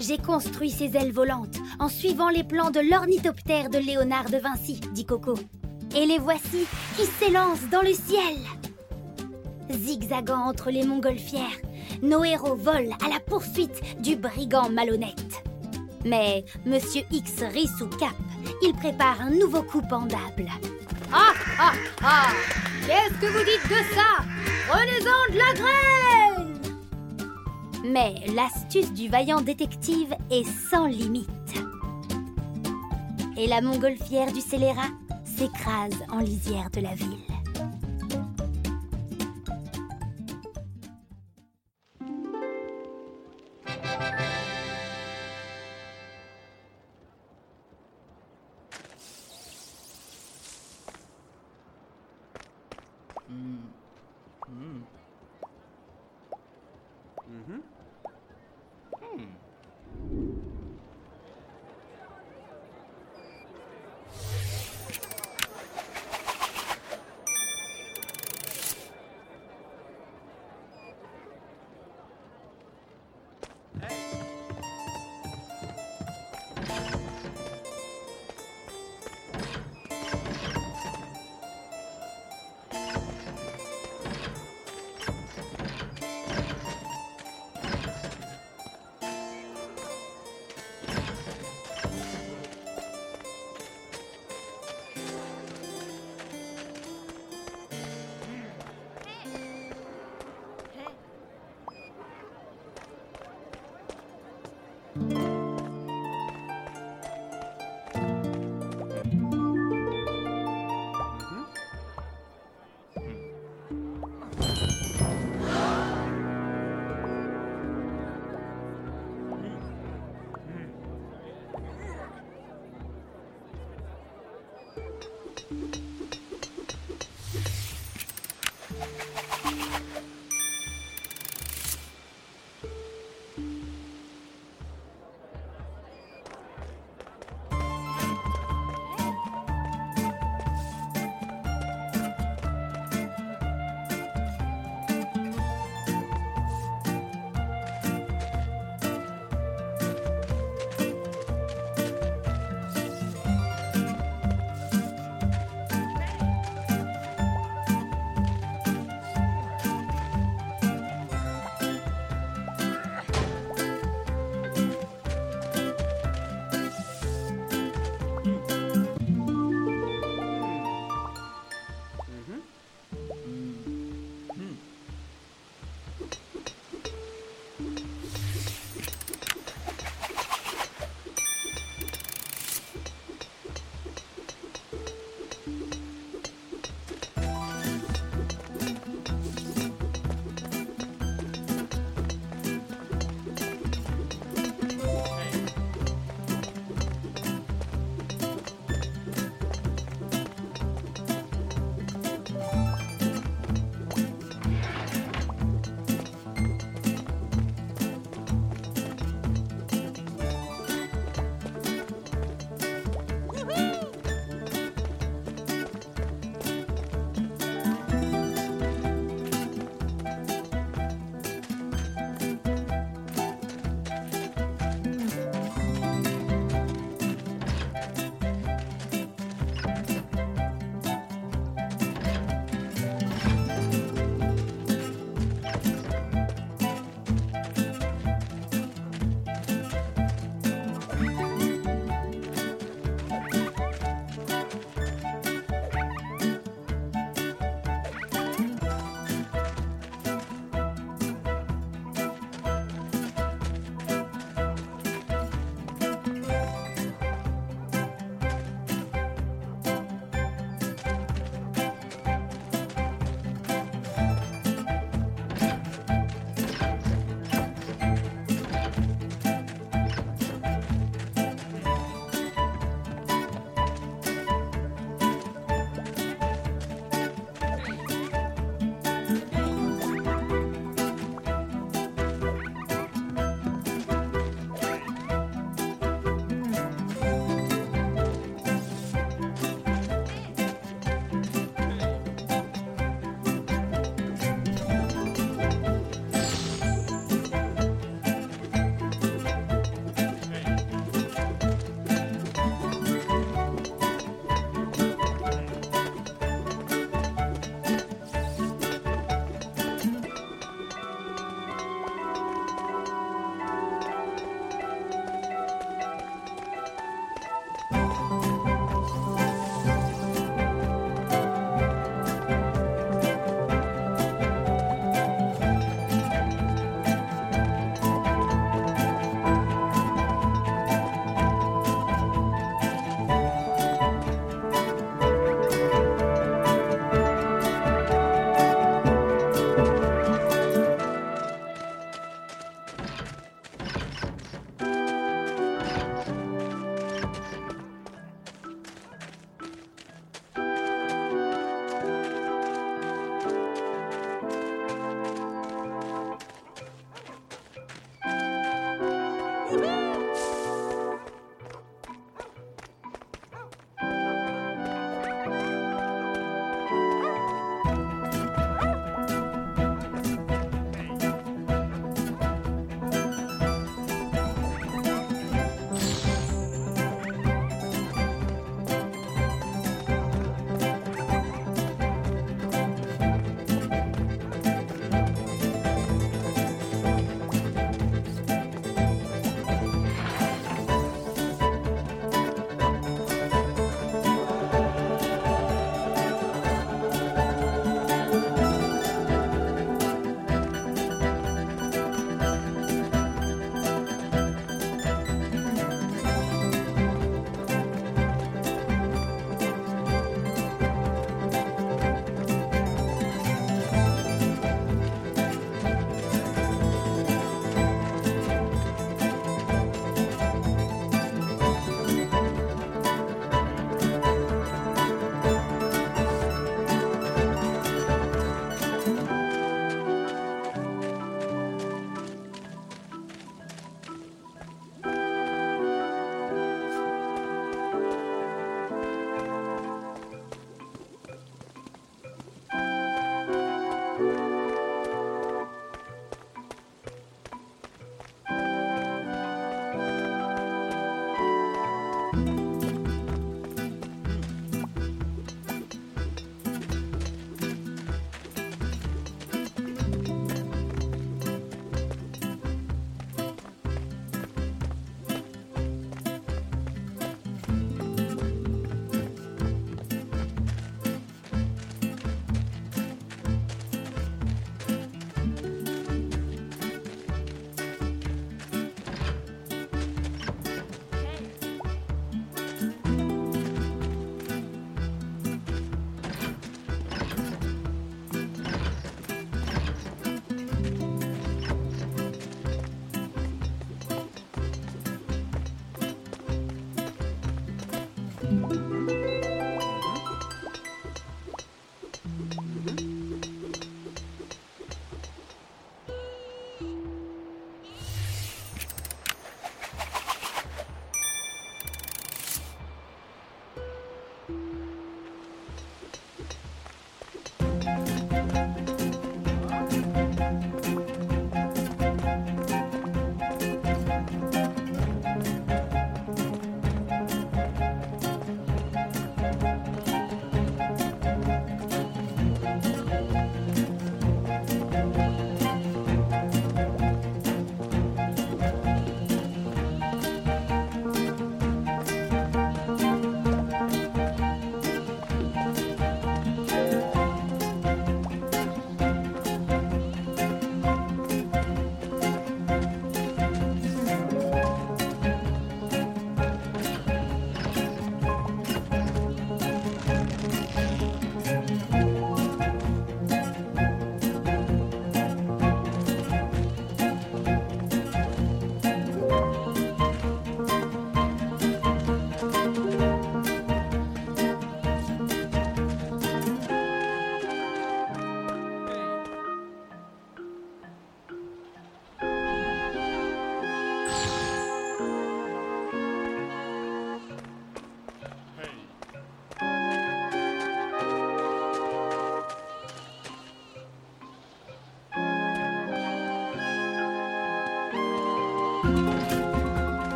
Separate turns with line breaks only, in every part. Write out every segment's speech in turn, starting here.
J'ai construit ces ailes volantes en suivant les plans de l'ornithoptère de Léonard de Vinci, dit Coco. Et les voici qui s'élancent dans le ciel. Zigzagant entre les montgolfières, nos héros volent à la poursuite du brigand malhonnête. Mais Monsieur X rit sous cap. Il prépare un nouveau coup pendable.
Ah ah ah Qu'est-ce que vous dites de ça Prenez-en de la graine
Mais l'astuce du vaillant détective est sans limite. Et la montgolfière du scélérat s'écrase en lisière de la ville.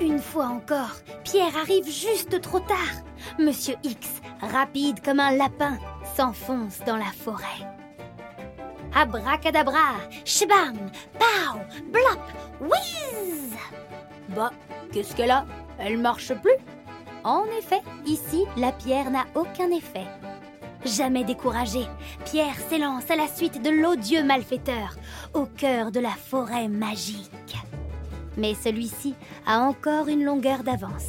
Une fois encore, Pierre arrive juste trop tard. Monsieur X, rapide comme un lapin, s'enfonce dans la forêt. Abracadabra, shbam, pow, blop, whiz
Bah, qu'est-ce qu'elle a Elle marche plus
En effet, ici, la pierre n'a aucun effet. Jamais découragé, Pierre s'élance à la suite de l'odieux malfaiteur, au cœur de la forêt magique. Mais celui-ci a encore une longueur d'avance.